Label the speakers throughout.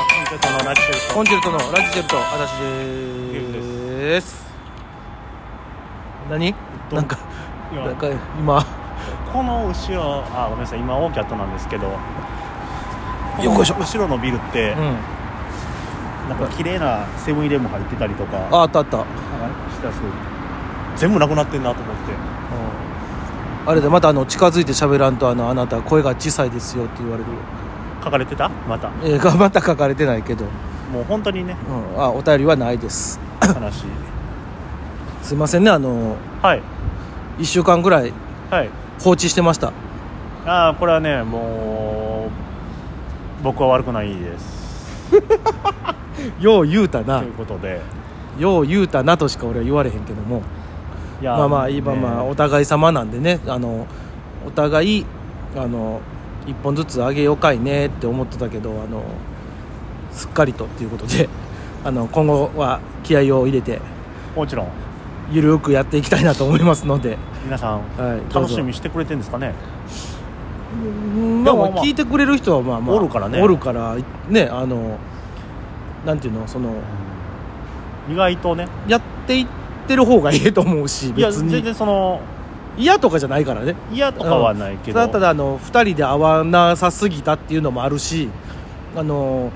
Speaker 1: ラジチェルト
Speaker 2: コンチェルトのラジチェルト私で
Speaker 1: ゆう
Speaker 2: ーす何
Speaker 1: どん
Speaker 2: なんか
Speaker 1: 今
Speaker 2: なんか今
Speaker 1: この後ろあごめんなさい今大きい後なんですけど
Speaker 2: よっこいしょ
Speaker 1: この後ろのビルって、
Speaker 2: うん
Speaker 1: なんか綺麗なセブンイレブン入ってたりとか
Speaker 2: ああったあった、うん
Speaker 1: なんかしたらすごい全部なくなってんなと思って
Speaker 2: あれでまたあの近づいて喋らんとあのあなた声が小さいですよって言われる、
Speaker 1: 書かれてたまた
Speaker 2: えー、がまた書かれてないけど、う
Speaker 1: もう本当にね
Speaker 2: ん、あお便りはないです
Speaker 1: 話
Speaker 2: すいませんねあの
Speaker 1: はい
Speaker 2: 1週間ぐらい
Speaker 1: はい
Speaker 2: 放置してました
Speaker 1: ああこれはねもう僕は悪くないです
Speaker 2: よう言うた
Speaker 1: と
Speaker 2: な
Speaker 1: いうことで
Speaker 2: よう言うたなとしか俺は言われへんけども
Speaker 1: いや
Speaker 2: まあまあ今
Speaker 1: ね
Speaker 2: まあお互い様なんでねあのお互いあの一本ずつあげようかいねって思ってたけどあのすっかりとっていうことで あの今後は気合を入れて
Speaker 1: もちろん
Speaker 2: ゆるくやっていきたいなと思いますので、
Speaker 1: 皆さん
Speaker 2: はい、
Speaker 1: 楽しみ
Speaker 2: み
Speaker 1: にしてくれてるんですかね
Speaker 2: で
Speaker 1: まあ
Speaker 2: も
Speaker 1: まあ
Speaker 2: 聞いてくれる人はまあまあ
Speaker 1: おるからね
Speaker 2: おるからねあのなんていうのその
Speaker 1: 意外とね
Speaker 2: やっていってる方がいいと思うし
Speaker 1: いや
Speaker 2: 別
Speaker 1: 全
Speaker 2: に
Speaker 1: 然その
Speaker 2: 嫌とかじゃないからね
Speaker 1: 嫌とかはないけど
Speaker 2: ただただあの2人で会わなさすぎたっていうのもあるしあの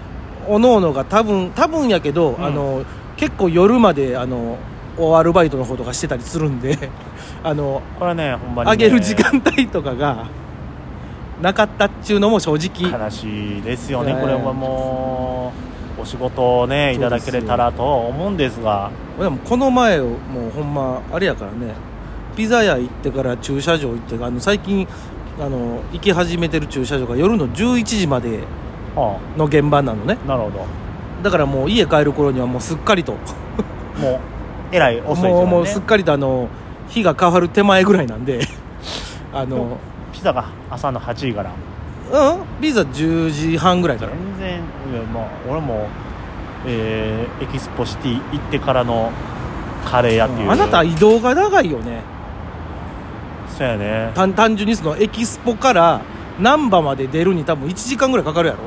Speaker 2: おのおのが多分多分やけど、
Speaker 1: うん
Speaker 2: あの結構夜まであのおアルバイトの方とかしてたりするんで あの
Speaker 1: これはねほんまにね
Speaker 2: あげる時間帯とかがなかったっちゅうのも正直
Speaker 1: 悲しいですよね
Speaker 2: いやい
Speaker 1: こ
Speaker 2: や
Speaker 1: れはもうお仕事をねいただけれたらとは思うんですが
Speaker 2: でもこの前もうほんまあれやからねピザ屋行ってから駐車場行ってあの最近あの行き始めてる駐車場が夜の11時まで
Speaker 1: は
Speaker 2: の現場なのね
Speaker 1: あなるほど
Speaker 2: だからもう家帰る頃にはもうすっかりと
Speaker 1: もうえらい遅い時
Speaker 2: もうも
Speaker 1: 間
Speaker 2: うすっ
Speaker 1: ね
Speaker 2: かりとあの日が変わる手前ぐらいな んであの
Speaker 1: ピザが朝の8時から
Speaker 2: うんビザ10時半ぐらいから
Speaker 1: 全然いやまあ俺もえーエキスポシティ行ってからのカレー屋っていう
Speaker 2: あなた移動が長いよね
Speaker 1: そうやね
Speaker 2: 単単純にそのエキスポから難波まで出るに多分1時間ぐらいかかるやろ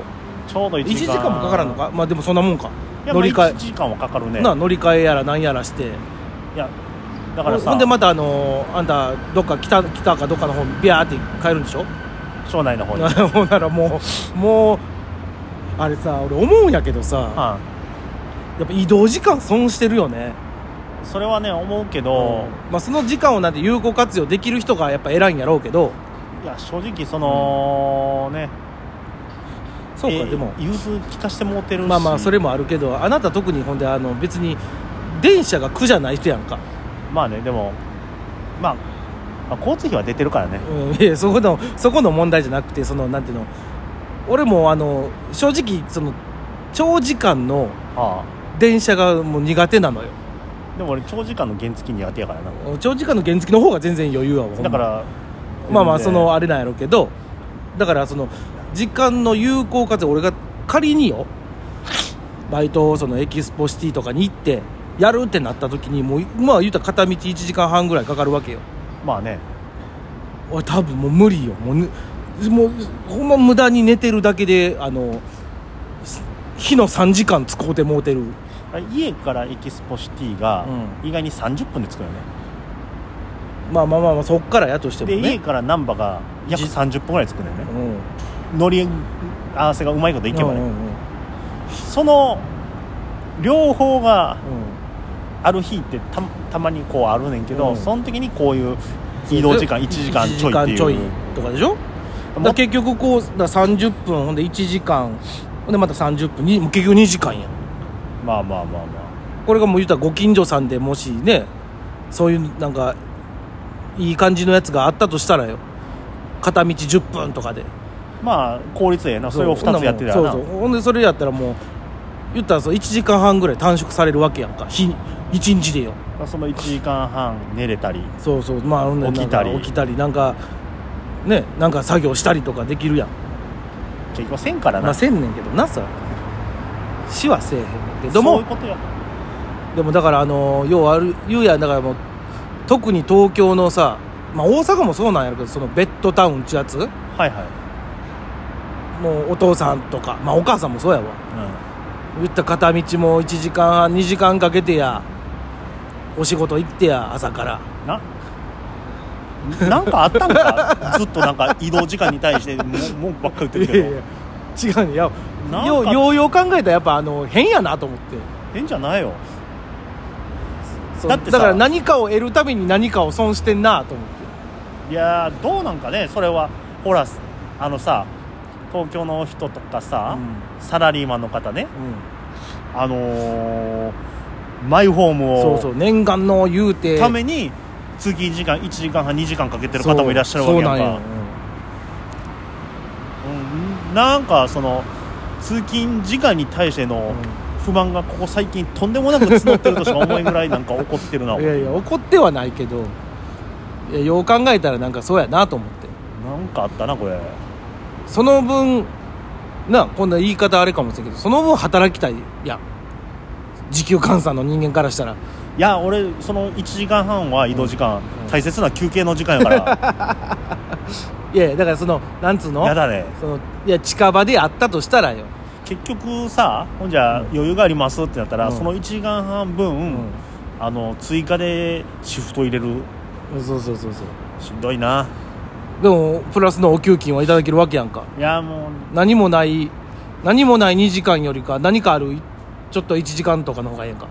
Speaker 1: ちょうど1
Speaker 2: 1時
Speaker 1: 時間
Speaker 2: 間もかからんのかまあでもそんなもんか
Speaker 1: いや
Speaker 2: 乗り換え
Speaker 1: まあ1時間はかかるね
Speaker 2: な乗り換えやらなんやらして
Speaker 1: いやだから
Speaker 2: ほ
Speaker 1: さ
Speaker 2: んでまたあのあんたどっか北北かどっかの方にビャーって帰るんでしょ
Speaker 1: 町内の方に、うん、
Speaker 2: ほんならもうもうあれさ俺思うんやけどさ、やっぱ移動時間損してるよね、
Speaker 1: それはね思うけど、
Speaker 2: まあ、その時間をなんて有効活用できる人がやっぱ偉いんやろうけど
Speaker 1: いや正直その、ね
Speaker 2: そうか、
Speaker 1: えー
Speaker 2: でも
Speaker 1: 融通聞かしてもうてるし
Speaker 2: まあまあそれもあるけどあなた特にほんであの別に電車が苦じゃない人やんか、
Speaker 1: まあねでも、まあ、まあ交通費は出てるからね
Speaker 2: うん、いやそこのそこの問題じゃなくてそのなんていうの俺もあの正直その長時間の
Speaker 1: あ
Speaker 2: 電車がもう苦手なのよ
Speaker 1: あでも俺長時間の原付苦手やからな
Speaker 2: 長時間の原付の方が全然余裕は
Speaker 1: だから
Speaker 2: まあまあ
Speaker 1: 全
Speaker 2: そ
Speaker 1: 然
Speaker 2: のあれなんやろうけどだからその時間の有効活用俺が仮によバイトをそのエキスポシティとかに行ってやるってなった時にもうまあ言うたら片道1時間半ぐらいかかるわけよ
Speaker 1: まあね
Speaker 2: 俺多分もう無理よもう,、ね、もうほんま無駄に寝てるだけであのす日の3時間使うてもうてる
Speaker 1: 家からエキスポシティが意外に30分で着くよね、
Speaker 2: まあまあまあまあそっからやとしても
Speaker 1: で家
Speaker 2: ね
Speaker 1: から難波が約
Speaker 2: じ
Speaker 1: 30分ぐらい着くのよね
Speaker 2: うん
Speaker 1: 乗り合わせがうまいこといけばね、
Speaker 2: うんうんうんうん
Speaker 1: その両方がある日ってたたまにこうあるねんけど、
Speaker 2: うん
Speaker 1: その時にこういう移動時間1時間ちょいって
Speaker 2: 1時間ちょ
Speaker 1: い
Speaker 2: いうとかでしょだから
Speaker 1: も
Speaker 2: 結局こうだから30分ほんで1時間ほんでまた30分にもう結局2時間やん
Speaker 1: まあまあまあま
Speaker 2: これがもう言ったらご近所さんでもしねそういうなんかいい感じのやつがあったとしたらよ片道10分とかで
Speaker 1: あまあ効率ええなそれを
Speaker 2: ほんな
Speaker 1: 2
Speaker 2: も
Speaker 1: つ
Speaker 2: ん
Speaker 1: やってたらな
Speaker 2: そうそうほんでそれやったらもう言ったらそう1時間半ぐらい短縮されるわけやんか日に1日でよ
Speaker 1: まあその1時間半寝れたり
Speaker 2: そうそうまあほんでなんか
Speaker 1: 起きたり
Speaker 2: 起きたりなんかねなんか作業したりとかできるやん
Speaker 1: 結局せんから
Speaker 2: ま
Speaker 1: な、
Speaker 2: あ、せんねんけどなさ死はせえへんねんけど
Speaker 1: そうい
Speaker 2: も
Speaker 1: うことよ
Speaker 2: でもだからあの要はある言うやんだからもう特に東京のさ、まあ、大阪もそうなんやろけどそのベッドタウンっちゅうやつも
Speaker 1: はいはいう
Speaker 2: お父さんとか、まあ、お母さんもそうやわ
Speaker 1: う
Speaker 2: 言った片道も1時間半2時間かけてやお仕事行ってや朝から
Speaker 1: ななんかあったんかずっとなんか移動時間に対しても文句ばっかり言ってるけど
Speaker 2: 違うねや
Speaker 1: なんか
Speaker 2: ようようよう考えたらやっぱあの変やなと思って
Speaker 1: 変じゃないよ
Speaker 2: そう
Speaker 1: だってさ
Speaker 2: だから何かを得るために何かを損してんなと思って
Speaker 1: いやーどうなんかねそれはほらあのさ東京の人とかさ、サラリーマンの方ね
Speaker 2: うんうん
Speaker 1: あのーマイホーム
Speaker 2: そうそ
Speaker 1: を
Speaker 2: う念願の言うて
Speaker 1: ために通勤時間1時間半2時間かけてる方もいらっしゃるわけやんか
Speaker 2: そうそうなんよ
Speaker 1: うんなんかその通勤時間に対して
Speaker 2: う
Speaker 1: の
Speaker 2: ん
Speaker 1: 不満がここ最近とんでもなく募ってるとしか思えんぐらいなんか怒ってるな
Speaker 2: いやいや怒ってはないけどいやよう考えたらなんかそうやなと思って
Speaker 1: なんかあったなこれ
Speaker 2: その分なこんな言い方あれかもしれんけどその分働きたいやん時給換算の人間からしたら
Speaker 1: いや俺その1時間半は移動時間、
Speaker 2: うん
Speaker 1: 大切な休憩の時間やから
Speaker 2: いやいやだからその なんつうの
Speaker 1: やだね
Speaker 2: そのいや近場であったとしたらよ、
Speaker 1: 結局さほんじゃ
Speaker 2: うん
Speaker 1: 余裕がありますってなったら、
Speaker 2: うん
Speaker 1: その1時間半分、あの追加でシフト入れる
Speaker 2: うん、そうそうそうそう
Speaker 1: しんどいな
Speaker 2: でもプラスのお給金はいただけるわけやんか
Speaker 1: いやもう
Speaker 2: 何もない何もない2時間よりか何かあるちょっと1時間とかの方がいいやんか、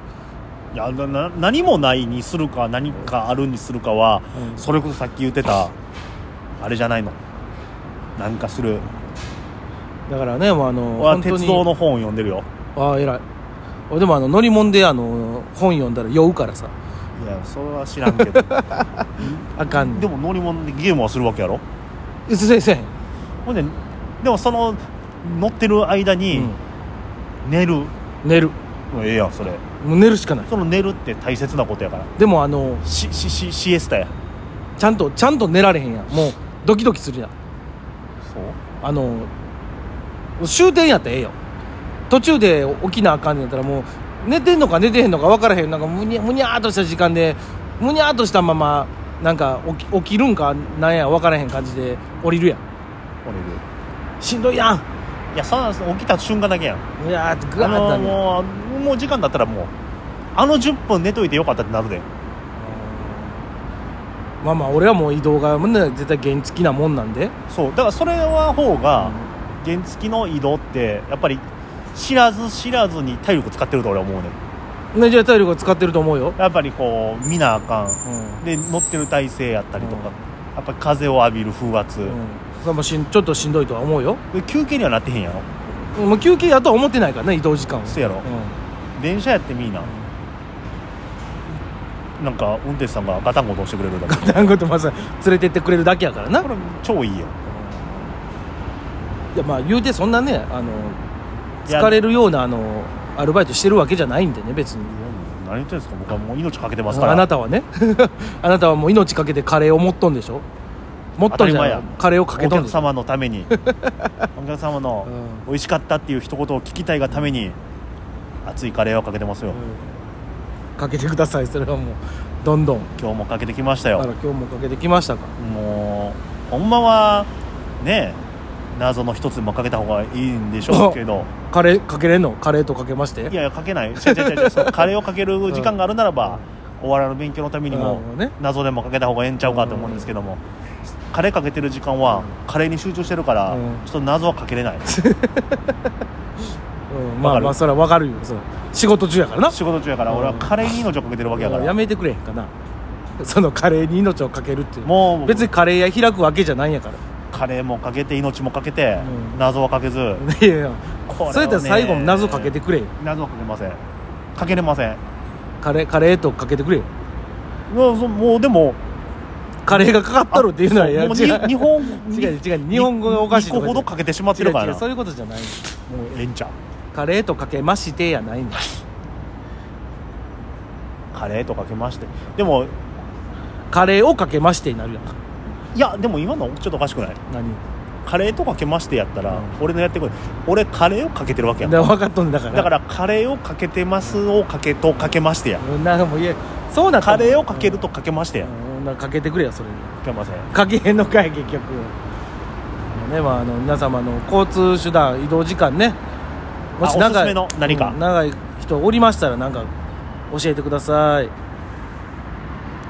Speaker 1: いやなな何もないにするか何かあるにするかはそれこそさっき言ってたあれじゃないのなんかする
Speaker 2: だからねもうあの
Speaker 1: 俺は
Speaker 2: 本当に
Speaker 1: 鉄道の本を読んでるよ
Speaker 2: ああ偉い俺でもあの乗り物であの本読んだら酔うからさ
Speaker 1: いやそれは知らんけ ど
Speaker 2: あかんね
Speaker 1: で
Speaker 2: ん
Speaker 1: も乗り物でゲームはするわけやろ
Speaker 2: うせせん
Speaker 1: ほんででもその乗ってる間
Speaker 2: う
Speaker 1: に
Speaker 2: ん
Speaker 1: 寝る、
Speaker 2: 寝る
Speaker 1: ええやんそれ
Speaker 2: もう寝るしかない
Speaker 1: その寝るって大切なことやから
Speaker 2: でもあの
Speaker 1: しししシエスタや
Speaker 2: ちゃんとちゃんと寝られへんやんもうドキドキするやん
Speaker 1: そう
Speaker 2: あの終点やったらええよ途中で起きなあかんねやったらもう寝てんのか寝てへんのか分からへんなんかむにゃむにゃーっとした時間でむにゃーっとしたままなんか起き起きるんかなんや分からへん感じで降りるやん
Speaker 1: 俺で
Speaker 2: しんどいやん
Speaker 1: いやさ起きた瞬間だけやん
Speaker 2: うわーってグ
Speaker 1: あ
Speaker 2: ワーってな
Speaker 1: の
Speaker 2: るやん
Speaker 1: もうもう時間だったらもうあの10分寝といてよかったってなるで
Speaker 2: まあまあ俺はもう移動が、ね、絶対原付きなもんなんで
Speaker 1: そうだからそれは方が原付の移動ってやっぱり知らず知らずに体力使ってると俺は思うね
Speaker 2: ねじゃあ体力は使ってると思うよ、
Speaker 1: やっぱりこう見なあか
Speaker 2: うんん
Speaker 1: で乗ってる体勢やったりとか、
Speaker 2: うん
Speaker 1: やっぱり風を浴びる風圧、
Speaker 2: うん、それもしんちょっとしんどいとは思うよ
Speaker 1: で休憩にはなってへんやろ
Speaker 2: もう休憩やとは思ってないからね移動時間は、
Speaker 1: そうやろ、
Speaker 2: う
Speaker 1: 電車やってみいななんか運転手さんがガタンゴトンしてくれるだけ
Speaker 2: ん、なんことまず連れてってくれるだけやからな
Speaker 1: これ超いいよ
Speaker 2: いやまあ言うてそんなねあの
Speaker 1: いや
Speaker 2: 疲れるようなあのアルバイトしてるわけじゃないんでね別に
Speaker 1: 何言ってんですか僕はもう命かけてますから
Speaker 2: あなたはね あなたはもう命かけてカレーを持っとんでしょ持っとんじゃな
Speaker 1: 当たり
Speaker 2: い
Speaker 1: 前や
Speaker 2: カレーをかけ
Speaker 1: お
Speaker 2: とん
Speaker 1: 客
Speaker 2: でしょ
Speaker 1: 様のためにお客様の
Speaker 2: うん
Speaker 1: 美味しかったっていう一言を聞きたいがために熱いカレーをかけてますよ、
Speaker 2: かけてくださいそれはもうどんどん
Speaker 1: 今日もかけてきました
Speaker 2: だか
Speaker 1: よ
Speaker 2: ら今日もかけてきましたか
Speaker 1: もうほんまはね謎の一つでもかけた方がいいんでしょうけど
Speaker 2: カレーかけれんのカレーとかけまして
Speaker 1: いやいやかけない違う違う違うそうカレーをかける時間があるならば、お笑いの勉強のためにも、
Speaker 2: ね
Speaker 1: 謎でもかけた方がええんちゃうかと思うんですけども、カレーかけてる時間はカレーに集中してるから、
Speaker 2: うん
Speaker 1: ちょっと謎はかけれない
Speaker 2: うんま
Speaker 1: わか
Speaker 2: あ
Speaker 1: る
Speaker 2: まあそれはわかるよそれ仕事中やからな
Speaker 1: 仕事中やから俺はカレーに命をかけてるわけやから、
Speaker 2: やめてくれへんかな そのカレーに命をかけるっていう
Speaker 1: もう
Speaker 2: 別にカレー屋開くわけじゃないんやから
Speaker 1: カレーもかけて命もかけて、
Speaker 2: うん
Speaker 1: 謎はかけず、
Speaker 2: いやいや
Speaker 1: これをね
Speaker 2: それやったら最後謎かけてくれよ
Speaker 1: 謎はかけませんかけれません
Speaker 2: カレーカレーとかけてくれよ
Speaker 1: もうそもうでも
Speaker 2: カレーがかかっとるっていうのは
Speaker 1: あ
Speaker 2: いや
Speaker 1: そうもう
Speaker 2: 違
Speaker 1: に日
Speaker 2: う
Speaker 1: 本
Speaker 2: 違う違う日本語がおかしい
Speaker 1: 2個
Speaker 2: とか
Speaker 1: ほどか
Speaker 2: 言って
Speaker 1: けてしまってるか
Speaker 2: 違う
Speaker 1: ら
Speaker 2: 違う
Speaker 1: な
Speaker 2: そう
Speaker 1: も
Speaker 2: いうことじゃない
Speaker 1: ええんちゃう
Speaker 2: カレーとかけましてやないんだ
Speaker 1: カレーとかけましてでも
Speaker 2: カレーをかけましてになるやんか
Speaker 1: いやでも今のちょっとおかしくない
Speaker 2: 何
Speaker 1: カレーとかけましてやったら、
Speaker 2: うん
Speaker 1: 俺のやってくる俺カレーをかけてるわけやん
Speaker 2: だ分かっとんねんだから
Speaker 1: だからカレーをかけてますをかけとかけましてや
Speaker 2: うんなんかもういやそうなった
Speaker 1: カ
Speaker 2: ら
Speaker 1: レーをかけるとかけましてや
Speaker 2: うんなんかかけてくれよそれに
Speaker 1: かけません
Speaker 2: かけへんのかい結局ねまあ、あの皆様の交通手段移動時間ね
Speaker 1: あおすすめの何か
Speaker 2: うん長い人おりましたらなんか教えてください